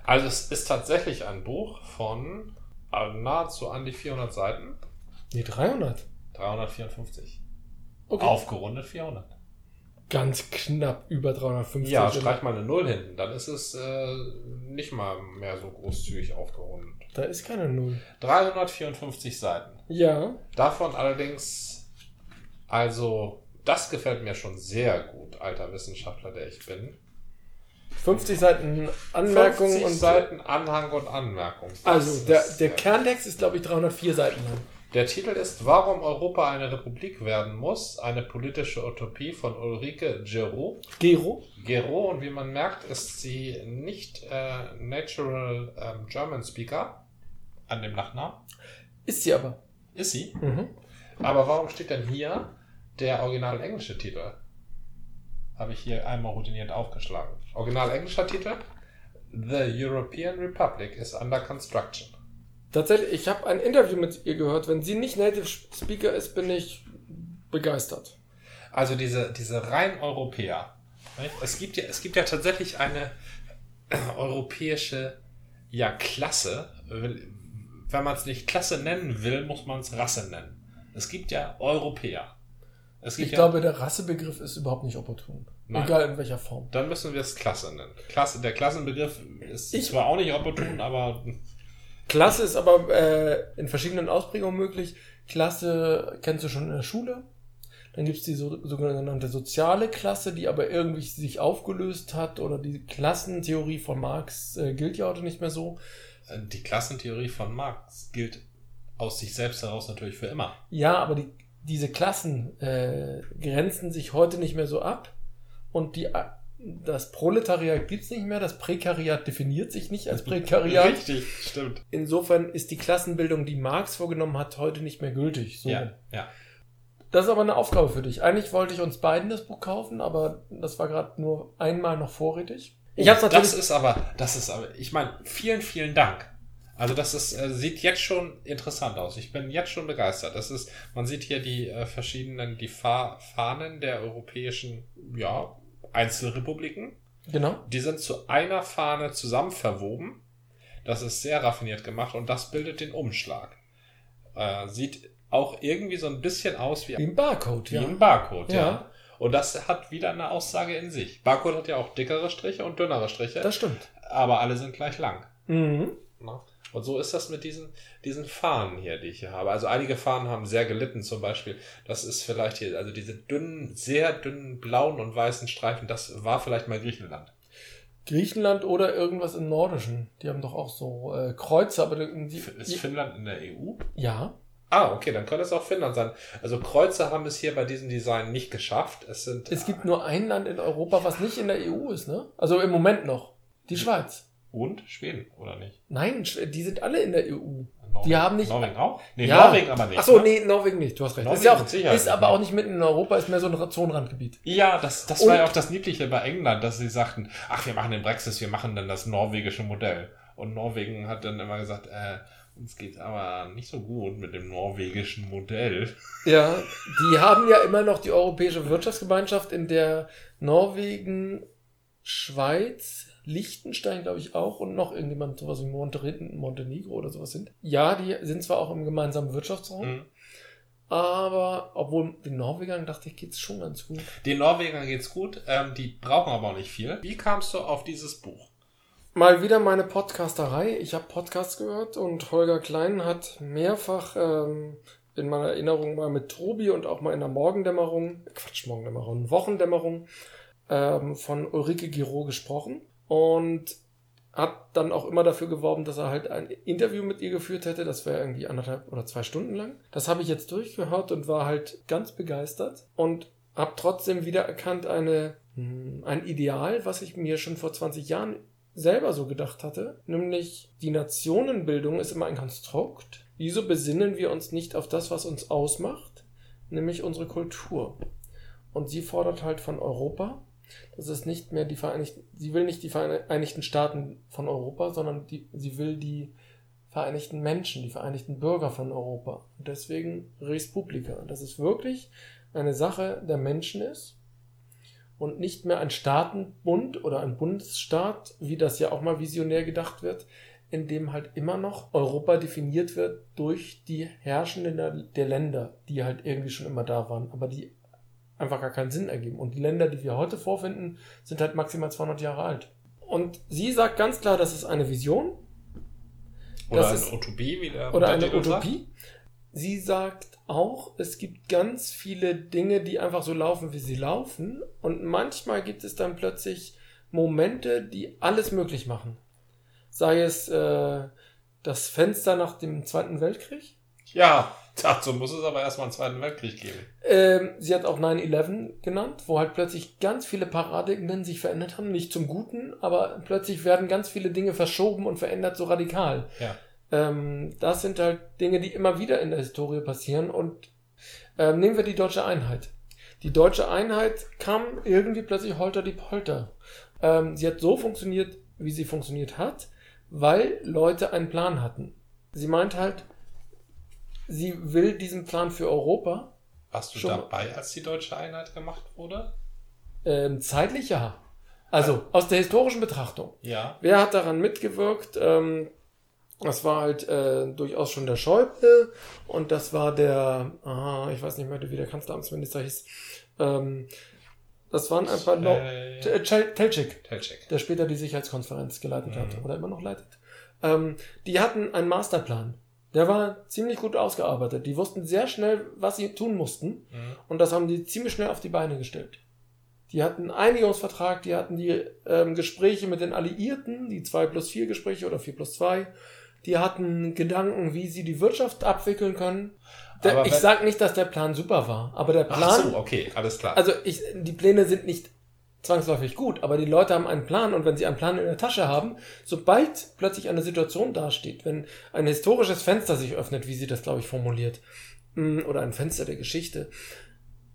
[SPEAKER 2] Also es ist tatsächlich ein Buch von äh, nahezu an die 400 Seiten.
[SPEAKER 1] Nee, 300.
[SPEAKER 2] 354.
[SPEAKER 1] Okay.
[SPEAKER 2] Aufgerundet 400.
[SPEAKER 1] Ganz knapp über 350.
[SPEAKER 2] Ja, streich mal eine Null hinten, dann ist es äh, nicht mal mehr so großzügig aufgerundet.
[SPEAKER 1] da ist keine Null.
[SPEAKER 2] 354 Seiten.
[SPEAKER 1] Ja.
[SPEAKER 2] Davon allerdings, also, das gefällt mir schon sehr gut, alter Wissenschaftler, der ich bin.
[SPEAKER 1] 50 Seiten Anmerkungen
[SPEAKER 2] 50
[SPEAKER 1] und
[SPEAKER 2] Seiten Anhang und Anmerkung. Das
[SPEAKER 1] Also, der,
[SPEAKER 2] ist,
[SPEAKER 1] der
[SPEAKER 2] äh,
[SPEAKER 1] Kerntext ist, glaube ich, 304 Seiten lang.
[SPEAKER 2] Der Titel ist Warum Europa eine Republik werden muss, eine politische Utopie von Ulrike Giraud.
[SPEAKER 1] Gero?
[SPEAKER 2] Gero und wie man merkt, ist sie nicht äh, natural ähm, German Speaker an dem Nachnamen.
[SPEAKER 1] Ist sie aber.
[SPEAKER 2] Ist sie.
[SPEAKER 1] Mhm.
[SPEAKER 2] Aber warum steht denn hier der original englische Titel? Habe ich hier einmal routiniert aufgeschlagen. Original englischer Titel? The European Republic is under construction.
[SPEAKER 1] Tatsächlich, ich habe ein Interview mit ihr gehört. Wenn sie nicht Native Speaker ist, bin ich begeistert.
[SPEAKER 2] Also diese, diese rein Europäer. nicht? Es gibt, ja, es gibt ja tatsächlich eine europäische ja, Klasse. Wenn man es nicht Klasse nennen will, muss man es Rasse nennen. Es gibt ja Europäer. Es geht
[SPEAKER 1] Ich
[SPEAKER 2] ja-
[SPEAKER 1] glaube, der Rassebegriff ist überhaupt nicht opportun.
[SPEAKER 2] Nein.
[SPEAKER 1] Egal in welcher Form.
[SPEAKER 2] Dann müssen wir es Klasse nennen. Klasse, der Klassenbegriff ist
[SPEAKER 1] Ich-
[SPEAKER 2] zwar auch nicht opportun, aber
[SPEAKER 1] Klasse ist aber äh, in verschiedenen Ausprägungen möglich. Klasse kennst du schon in der Schule. Dann gibt's die so, sogenannte soziale Klasse, die aber irgendwie sich aufgelöst hat oder die Klassentheorie von Marx äh, gilt ja heute nicht mehr so.
[SPEAKER 2] äh, die Klassentheorie von Marx gilt aus sich selbst heraus natürlich für immer.
[SPEAKER 1] Ja, aber die, diese Klassen äh, grenzen sich heute nicht mehr so ab und die, äh, das Proletariat gibt's nicht mehr, das Prekariat definiert sich nicht als Prekariat.
[SPEAKER 2] Richtig, stimmt.
[SPEAKER 1] Insofern ist die Klassenbildung, die Marx vorgenommen hat, heute nicht mehr gültig. So.
[SPEAKER 2] Ja, ja.
[SPEAKER 1] Das ist aber eine Aufgabe für dich. Eigentlich wollte ich uns beiden das Buch kaufen, aber das war gerade nur einmal noch vorrätig. Ich habe es natürlich.
[SPEAKER 2] Oh, Das ist aber, das ist aber, ich meine, vielen, vielen Dank. Also das ist, äh, sieht jetzt schon interessant aus. Ich bin jetzt schon begeistert. Das ist, man sieht hier die äh, verschiedenen, die Fa Fahnen der europäischen, ja, Einzelrepubliken.
[SPEAKER 1] genau.
[SPEAKER 2] Die sind zu einer Fahne zusammen verwoben. Das ist sehr raffiniert gemacht und das bildet den Umschlag. Äh, sieht auch irgendwie so ein bisschen aus wie,
[SPEAKER 1] Wie ein Barcode,
[SPEAKER 2] wie
[SPEAKER 1] ja.
[SPEAKER 2] ein Barcode, ja.
[SPEAKER 1] Ja.
[SPEAKER 2] Und das hat wieder eine Aussage in sich. Barcode hat ja auch dickere Striche und dünnere Striche
[SPEAKER 1] Das stimmt.
[SPEAKER 2] aber alle sind gleich lang.
[SPEAKER 1] Mhm.
[SPEAKER 2] Ne? Und so ist das mit diesen, diesen Fahnen hier, die ich hier habe. Also einige Fahnen haben sehr gelitten, zum Beispiel. Das ist vielleicht hier, also diese dünnen, sehr dünnen blauen und weißen Streifen, das war vielleicht mal Griechenland.
[SPEAKER 1] Griechenland oder irgendwas im Nordischen. Die haben doch auch so äh, Kreuze, aber die, die,
[SPEAKER 2] F- Ist Finnland in der EU?
[SPEAKER 1] ja.
[SPEAKER 2] Ah, okay, dann könnte es auch Finnland sein. Also Kreuze haben es hier bei diesem Design nicht geschafft. Es sind.
[SPEAKER 1] Es gibt nur ein Land in Europa, was nicht in der EU ist, ne? Also im Moment noch. Die Schweiz.
[SPEAKER 2] äh, Und Schweden, oder nicht?
[SPEAKER 1] Nein, Sch- die sind alle in der EU.
[SPEAKER 2] Norwegen.
[SPEAKER 1] Die haben nicht-
[SPEAKER 2] Norwegen auch? Nee,
[SPEAKER 1] Ja.
[SPEAKER 2] Norwegen aber nicht.
[SPEAKER 1] Ach so,
[SPEAKER 2] ne?
[SPEAKER 1] nee, Norwegen nicht. Du hast recht.
[SPEAKER 2] Norwegen
[SPEAKER 1] ist ja auch,
[SPEAKER 2] mit Sicherheit
[SPEAKER 1] ist
[SPEAKER 2] nicht,
[SPEAKER 1] aber
[SPEAKER 2] ne?
[SPEAKER 1] auch nicht mitten in Europa, ist mehr so ein Zonenrandgebiet.
[SPEAKER 2] Ja, das, das
[SPEAKER 1] Und-
[SPEAKER 2] war ja auch das Niedliche bei England, dass sie sagten, ach, wir machen den Brexit, wir machen dann das norwegische Modell. Und Norwegen hat dann immer gesagt, äh, uns geht's aber nicht so gut mit dem norwegischen Modell.
[SPEAKER 1] Ja, die haben ja immer noch die Europäische Wirtschaftsgemeinschaft, in der Norwegen, Schweiz, Liechtenstein, glaube ich, auch und noch irgendjemand, sowas wie Monte- Montenegro oder sowas sind. Ja, die sind zwar auch im gemeinsamen Wirtschaftsraum,
[SPEAKER 2] Mhm.
[SPEAKER 1] aber obwohl den Norwegern dachte ich, geht's schon ganz gut.
[SPEAKER 2] Den Norwegern geht's gut, ähm, die brauchen aber auch nicht viel. Wie kamst du auf dieses Buch?
[SPEAKER 1] Mal wieder meine Podcasterei. Ich habe Podcasts gehört und Holger Klein hat mehrfach ähm, in meiner Erinnerung mal mit Tobi und auch mal in der Morgendämmerung, Quatsch, Morgendämmerung, Wochendämmerung ähm, von Ulrike Giro gesprochen und hat dann auch immer dafür geworben, dass er halt ein Interview mit ihr geführt hätte. Das wäre irgendwie anderthalb oder zwei Stunden lang. Das habe ich jetzt durchgehört und war halt ganz begeistert und habe trotzdem wieder erkannt eine, hm, ein Ideal, was ich mir schon vor 20 Jahren selber so gedacht hatte, nämlich die Nationenbildung ist immer ein Konstrukt. Wieso besinnen wir uns nicht auf das, was uns ausmacht, nämlich unsere Kultur? Und sie fordert halt von Europa, dass es nicht mehr die Vereinigten, sie will nicht die Vereinigten Staaten von Europa, sondern die, sie will die vereinigten Menschen, die vereinigten Bürger von Europa. Und deswegen Res Publica. Dass es wirklich eine Sache der Menschen ist und nicht mehr ein Staatenbund oder ein Bundesstaat, wie das ja auch mal visionär gedacht wird, in dem halt immer noch Europa definiert wird durch die Herrschenden der, der Länder, die halt irgendwie schon immer da waren, aber die einfach gar keinen Sinn ergeben. Und die Länder, die wir heute vorfinden, sind halt maximal 200 Jahre alt. Und sie sagt ganz klar, das ist eine Vision,
[SPEAKER 2] Oder
[SPEAKER 1] Das
[SPEAKER 2] eine
[SPEAKER 1] ist-
[SPEAKER 2] Utopie, wie der
[SPEAKER 1] oder eine
[SPEAKER 2] Untertitel sagt?
[SPEAKER 1] Utopie. Sie sagt auch, es gibt ganz viele Dinge, die einfach so laufen, wie sie laufen. Und manchmal gibt es dann plötzlich Momente, die alles möglich machen. Sei es äh, das Fenster nach dem Zweiten Weltkrieg.
[SPEAKER 2] Ja, dazu muss es aber erstmal einen Zweiten Weltkrieg geben.
[SPEAKER 1] Ähm, sie hat auch 9-11 genannt, wo halt plötzlich ganz viele Paradigmen sich verändert haben. Nicht zum Guten, aber plötzlich werden ganz viele Dinge verschoben und verändert so radikal.
[SPEAKER 2] Ja.
[SPEAKER 1] Ähm, das sind halt Dinge, die immer wieder in der Historie passieren. Und ähm, nehmen wir die deutsche Einheit. Die deutsche Einheit kam irgendwie plötzlich holter die Polter. Ähm, sie hat so funktioniert, wie sie funktioniert hat, weil Leute einen Plan hatten. Sie meint halt, sie will diesen Plan für Europa.
[SPEAKER 2] Warst du
[SPEAKER 1] Schon mal.
[SPEAKER 2] dabei, als die deutsche Einheit gemacht wurde?
[SPEAKER 1] Ähm, zeitlich ja. Also aus der historischen Betrachtung.
[SPEAKER 2] Ja.
[SPEAKER 1] Wer hat daran mitgewirkt? Ähm, Das war halt äh, durchaus schon der Schäuble und das war der, aha, ich weiß nicht mehr, wie der Kanzleramtsminister hieß. Ähm, das waren ein paar Lau-
[SPEAKER 2] Äh,
[SPEAKER 1] T- äh, Tel- Telchik,
[SPEAKER 2] Telcheck.
[SPEAKER 1] der später die Sicherheitskonferenz geleitet hat
[SPEAKER 2] Mhm.
[SPEAKER 1] oder immer noch leitet. Ähm, die hatten einen Masterplan. Der war ziemlich gut ausgearbeitet. Die wussten sehr schnell, was sie tun mussten
[SPEAKER 2] Mhm.
[SPEAKER 1] und das haben die ziemlich schnell auf die Beine gestellt. Die hatten einen Einigungsvertrag, die hatten die ähm, Gespräche mit den Alliierten, die 2 plus 4 Gespräche oder 4 plus 2. Die hatten Gedanken, wie sie die Wirtschaft abwickeln können. Der,
[SPEAKER 2] Aber
[SPEAKER 1] ich
[SPEAKER 2] wenn-
[SPEAKER 1] sag nicht, dass der Plan super war, aber der Plan
[SPEAKER 2] Ach so, okay, alles klar.
[SPEAKER 1] also ich, die Pläne sind nicht zwangsläufig gut, aber die Leute haben einen Plan und wenn sie einen Plan in der Tasche haben, sobald plötzlich eine Situation dasteht, wenn ein historisches Fenster sich öffnet, wie sie das, glaube ich, formuliert, mm, oder ein Fenster der Geschichte,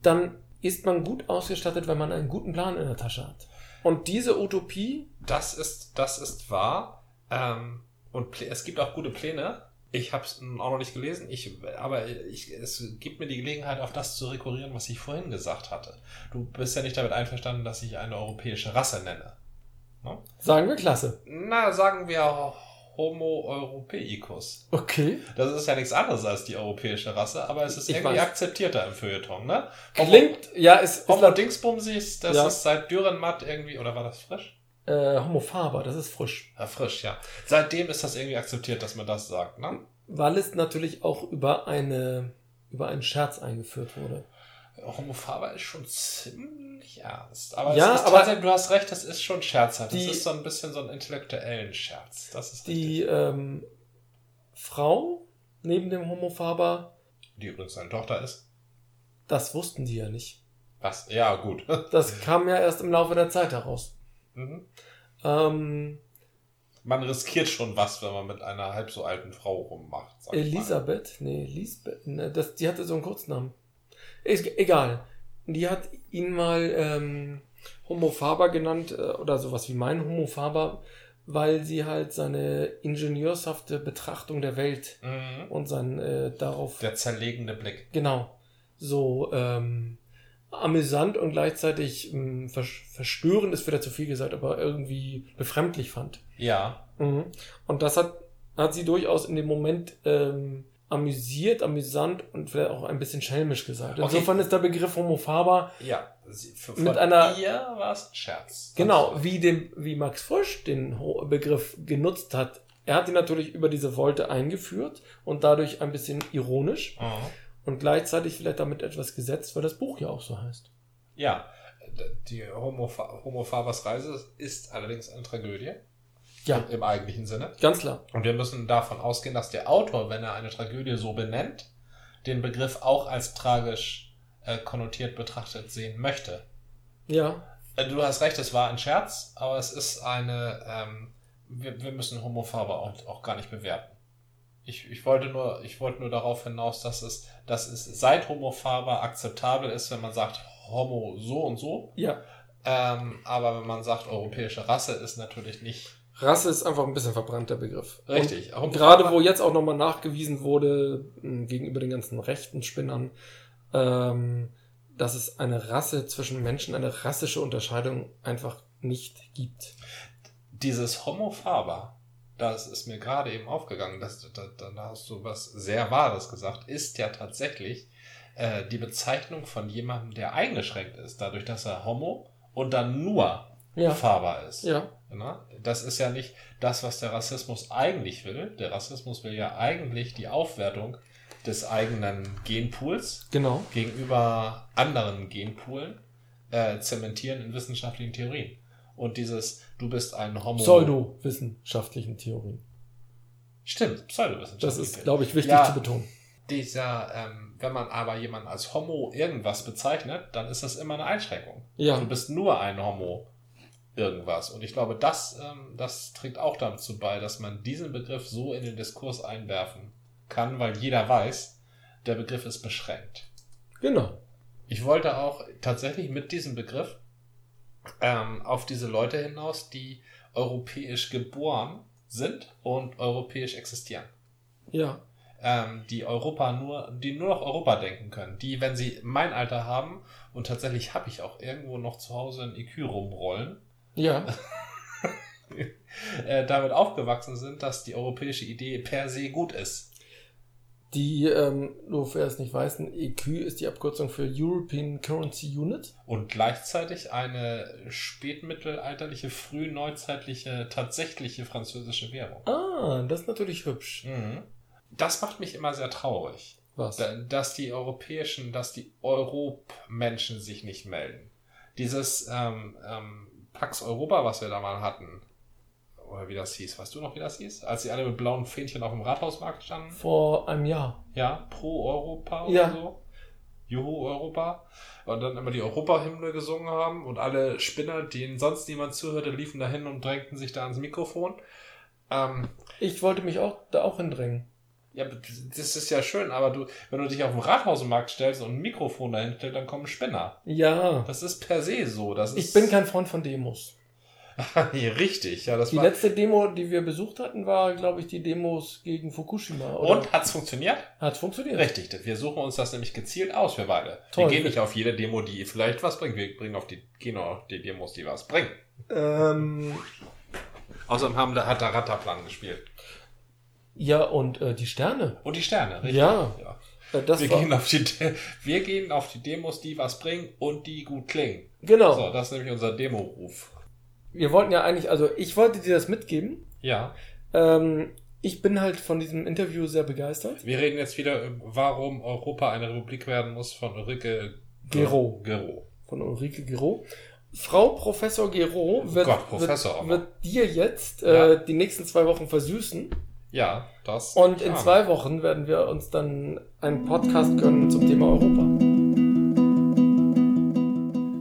[SPEAKER 1] dann ist man gut ausgestattet, wenn man einen guten Plan in der Tasche hat. Und diese Utopie,
[SPEAKER 2] Das ist, das ist wahr. Ähm, und Plä- es gibt auch gute Pläne. Ich habe es auch noch nicht gelesen, ich, aber ich, es gibt mir die Gelegenheit, auf das zu rekurrieren, was ich vorhin gesagt hatte. Du bist ja nicht damit einverstanden, dass ich eine europäische Rasse nenne.
[SPEAKER 1] sagen wir, klasse.
[SPEAKER 2] Na, sagen wir Homo europeicus.
[SPEAKER 1] Okay.
[SPEAKER 2] Das ist ja nichts anderes als die europäische Rasse, aber es ist
[SPEAKER 1] Ich
[SPEAKER 2] irgendwie
[SPEAKER 1] weiß.
[SPEAKER 2] akzeptierter im Feuilleton, ne? Homo-
[SPEAKER 1] Klingt, ja, ist, ist
[SPEAKER 2] Homo
[SPEAKER 1] laut,
[SPEAKER 2] Dingsbumsis, das
[SPEAKER 1] Ja.
[SPEAKER 2] ist seit Dürrenmatt irgendwie, oder war das frisch?
[SPEAKER 1] äh, homophaber, das ist frisch.
[SPEAKER 2] Ja, frisch, ja. Seitdem ist das irgendwie akzeptiert, dass man das sagt, ne?
[SPEAKER 1] Weil es natürlich auch über eine, über einen Scherz eingeführt wurde.
[SPEAKER 2] Homophaber ist schon ziemlich ernst. Aber,
[SPEAKER 1] Ja,
[SPEAKER 2] es ist
[SPEAKER 1] aber-
[SPEAKER 2] trotzdem, du hast recht, das ist schon scherzhaft. Das
[SPEAKER 1] Die-
[SPEAKER 2] ist so ein bisschen so ein intellektuellen Scherz. Das ist
[SPEAKER 1] die
[SPEAKER 2] richtig.
[SPEAKER 1] ähm, Frau neben dem Homophaber,
[SPEAKER 2] Die übrigens seine Tochter ist.
[SPEAKER 1] das wussten die ja nicht.
[SPEAKER 2] Was? Ja, gut.
[SPEAKER 1] Das kam ja erst im Laufe der Zeit heraus.
[SPEAKER 2] Mhm.
[SPEAKER 1] Ähm,
[SPEAKER 2] man riskiert schon was, wenn man mit einer halb so alten Frau rummacht. sag ich mal.
[SPEAKER 1] Elisabeth, nee, Lisbeth, ne, das, die hatte so einen Kurznamen. Ist, egal. Die hat ihn mal ähm, Homophaber genannt äh, oder sowas wie mein Homophaber, weil sie halt seine ingenieurshafte Betrachtung der Welt
[SPEAKER 2] Mhm.
[SPEAKER 1] und sein äh, darauf
[SPEAKER 2] Der zerlegende Blick.
[SPEAKER 1] Genau. So ähm, amüsant und gleichzeitig ähm, versch- verstörend ist wieder zu viel gesagt, aber irgendwie befremdlich fand.
[SPEAKER 2] Ja.
[SPEAKER 1] Mhm. Und das hat, hat sie durchaus in dem Moment ähm, amüsiert, amüsant und vielleicht auch ein bisschen schelmisch gesagt.
[SPEAKER 2] Okay.
[SPEAKER 1] Insofern ist der Begriff homophaber
[SPEAKER 2] Ja. Sie, für,
[SPEAKER 1] Mit
[SPEAKER 2] von
[SPEAKER 1] einer-
[SPEAKER 2] ihr war es ein Scherz.
[SPEAKER 1] genau wie, dem, wie Max Frisch den Ho Begriff genutzt hat. Er hat ihn natürlich über diese Wolte eingeführt und dadurch ein bisschen ironisch
[SPEAKER 2] Mhm.
[SPEAKER 1] und gleichzeitig vielleicht damit etwas gesetzt, weil das Buch ja auch so heißt.
[SPEAKER 2] Ja. Die Homopha Homophabers Reise ist allerdings eine Tragödie.
[SPEAKER 1] Ja.
[SPEAKER 2] Im eigentlichen Sinne.
[SPEAKER 1] Ganz klar.
[SPEAKER 2] Und wir müssen davon ausgehen, dass der Autor, wenn er eine Tragödie so benennt, den Begriff auch als tragisch äh, konnotiert betrachtet sehen möchte.
[SPEAKER 1] Ja.
[SPEAKER 2] Äh, Du hast recht, es war ein Scherz, aber es ist eine. Ähm, wir, wir müssen Homophabe auch, auch gar nicht bewerten. Ich, ich, wollte nur, ich wollte nur darauf hinaus, dass es, dass es seit Homophabe akzeptabel ist, wenn man sagt Homo so und so.
[SPEAKER 1] Ja.
[SPEAKER 2] Ähm, aber wenn man sagt europäische Rasse, ist natürlich nicht
[SPEAKER 1] Rasse ist einfach ein bisschen verbrannter Begriff.
[SPEAKER 2] richtig.
[SPEAKER 1] Und gerade wo jetzt auch nochmal nachgewiesen wurde, mh, gegenüber den ganzen rechten Spinnern, ähm, dass es eine Rasse zwischen Menschen, eine rassische Unterscheidung einfach nicht gibt.
[SPEAKER 2] dieses Homo faber, das ist mir gerade eben aufgegangen, das, da, da da hast du was sehr Wahres gesagt, ist ja tatsächlich äh, die Bezeichnung von jemandem, der eingeschränkt ist, dadurch, dass er Homo und dann nur faber ist.
[SPEAKER 1] Ja.
[SPEAKER 2] Ne? Das ist ja nicht das, was der Rassismus eigentlich will. Der Rassismus will ja eigentlich die Aufwertung des eigenen Genpools
[SPEAKER 1] Genau.
[SPEAKER 2] gegenüber anderen Genpoolen äh, zementieren in wissenschaftlichen Theorien. Und dieses, du bist ein Homo.
[SPEAKER 1] Pseudowissenschaftlichen Theorien.
[SPEAKER 2] Stimmt, Pseudowissenschaft.
[SPEAKER 1] Das ist, glaube ich, wichtig
[SPEAKER 2] Ja.
[SPEAKER 1] zu betonen.
[SPEAKER 2] Dieser, ähm, wenn man aber jemanden als Homo irgendwas bezeichnet, dann ist das immer eine Einschränkung. Du
[SPEAKER 1] Ja.
[SPEAKER 2] bist nur ein Homo irgendwas. Und ich glaube, das, ähm, das trägt auch dazu bei, dass man diesen Begriff so in den Diskurs einwerfen kann, weil jeder weiß, der Begriff ist beschränkt.
[SPEAKER 1] Genau.
[SPEAKER 2] Ich wollte auch tatsächlich mit diesem Begriff ähm, auf diese Leute hinaus, die europäisch geboren sind und europäisch existieren.
[SPEAKER 1] Ja.
[SPEAKER 2] Ähm, die Europa nur, die nur noch Europa denken können. Die, wenn sie mein Alter haben, und tatsächlich habe ich auch irgendwo noch zu Hause ein IQ rumrollen,
[SPEAKER 1] Ja.
[SPEAKER 2] äh, damit aufgewachsen sind, dass die europäische Idee per se gut ist.
[SPEAKER 1] Die, ähm, nur wer es nicht weiß, ein EQ ist die Abkürzung für European Currency Unit.
[SPEAKER 2] Und gleichzeitig eine spätmittelalterliche, frühneuzeitliche, tatsächliche französische Währung.
[SPEAKER 1] Ah, das ist natürlich hübsch.
[SPEAKER 2] Mhm. Das macht mich immer sehr traurig.
[SPEAKER 1] Was?
[SPEAKER 2] Da- dass die europäischen, dass die Europmenschen sich nicht melden. Dieses ähm, ähm, Pax Europa, was wir da mal hatten, oder wie das hieß, weißt du noch, wie das hieß? Als sie alle mit blauen Fähnchen auf dem Rathausmarkt standen?
[SPEAKER 1] Vor einem Jahr.
[SPEAKER 2] Ja, pro Europa oder
[SPEAKER 1] Ja.
[SPEAKER 2] so. Juhu Europa. Und dann immer die Europahymne gesungen haben und alle Spinner, denen sonst niemand zuhörte, liefen dahin und drängten sich da ans Mikrofon. Ähm,
[SPEAKER 1] Ich wollte mich auch da auch hindrängen.
[SPEAKER 2] ja, das ist ja schön, aber du, wenn du dich auf den Rathausmarkt stellst und ein Mikrofon dahin stellst, dann kommen Spinner.
[SPEAKER 1] Ja.
[SPEAKER 2] Das ist per se so. Das
[SPEAKER 1] Ich
[SPEAKER 2] ist
[SPEAKER 1] bin kein Freund von Demos.
[SPEAKER 2] nee, richtig. Ja, das
[SPEAKER 1] Die
[SPEAKER 2] war.
[SPEAKER 1] letzte Demo, die wir besucht hatten, war, glaube ich, die Demos gegen Fukushima. Oder?
[SPEAKER 2] Und hat's funktioniert?
[SPEAKER 1] Hat funktioniert.
[SPEAKER 2] Richtig. Wir suchen uns das nämlich gezielt aus, wir beide.
[SPEAKER 1] Toll.
[SPEAKER 2] Wir gehen nicht auf jede Demo, die vielleicht was bringt. Wir bringen auf die, gehen auf die Demos, die was bringen.
[SPEAKER 1] Ähm,
[SPEAKER 2] Außerdem haben, da- hat der Ratterplan gespielt.
[SPEAKER 1] ja, und äh, die Sterne.
[SPEAKER 2] Und die Sterne, richtig?
[SPEAKER 1] Ja.
[SPEAKER 2] Ja.
[SPEAKER 1] Äh, das
[SPEAKER 2] Wir,
[SPEAKER 1] war,
[SPEAKER 2] gehen auf die, De- wir gehen auf die Demos, die was bringen und die gut klingen.
[SPEAKER 1] genau.
[SPEAKER 2] So, das ist nämlich unser Demo-Ruf.
[SPEAKER 1] Wir wollten ja eigentlich, also ich wollte dir das mitgeben.
[SPEAKER 2] Ja.
[SPEAKER 1] Ähm, ich bin halt von diesem Interview sehr begeistert.
[SPEAKER 2] Wir reden jetzt wieder, über, warum Europa eine Republik werden muss von Ulrike
[SPEAKER 1] Gero.
[SPEAKER 2] Gero.
[SPEAKER 1] Von Ulrike Gero. Frau Professor Gero wird,
[SPEAKER 2] Oh Gott, Professor auch noch.
[SPEAKER 1] wird, wird dir jetzt
[SPEAKER 2] Ja.
[SPEAKER 1] äh, die nächsten zwei Wochen versüßen.
[SPEAKER 2] Ja, das.
[SPEAKER 1] Und in
[SPEAKER 2] Ja.
[SPEAKER 1] zwei Wochen werden wir uns dann einen Podcast gönnen zum Thema Europa.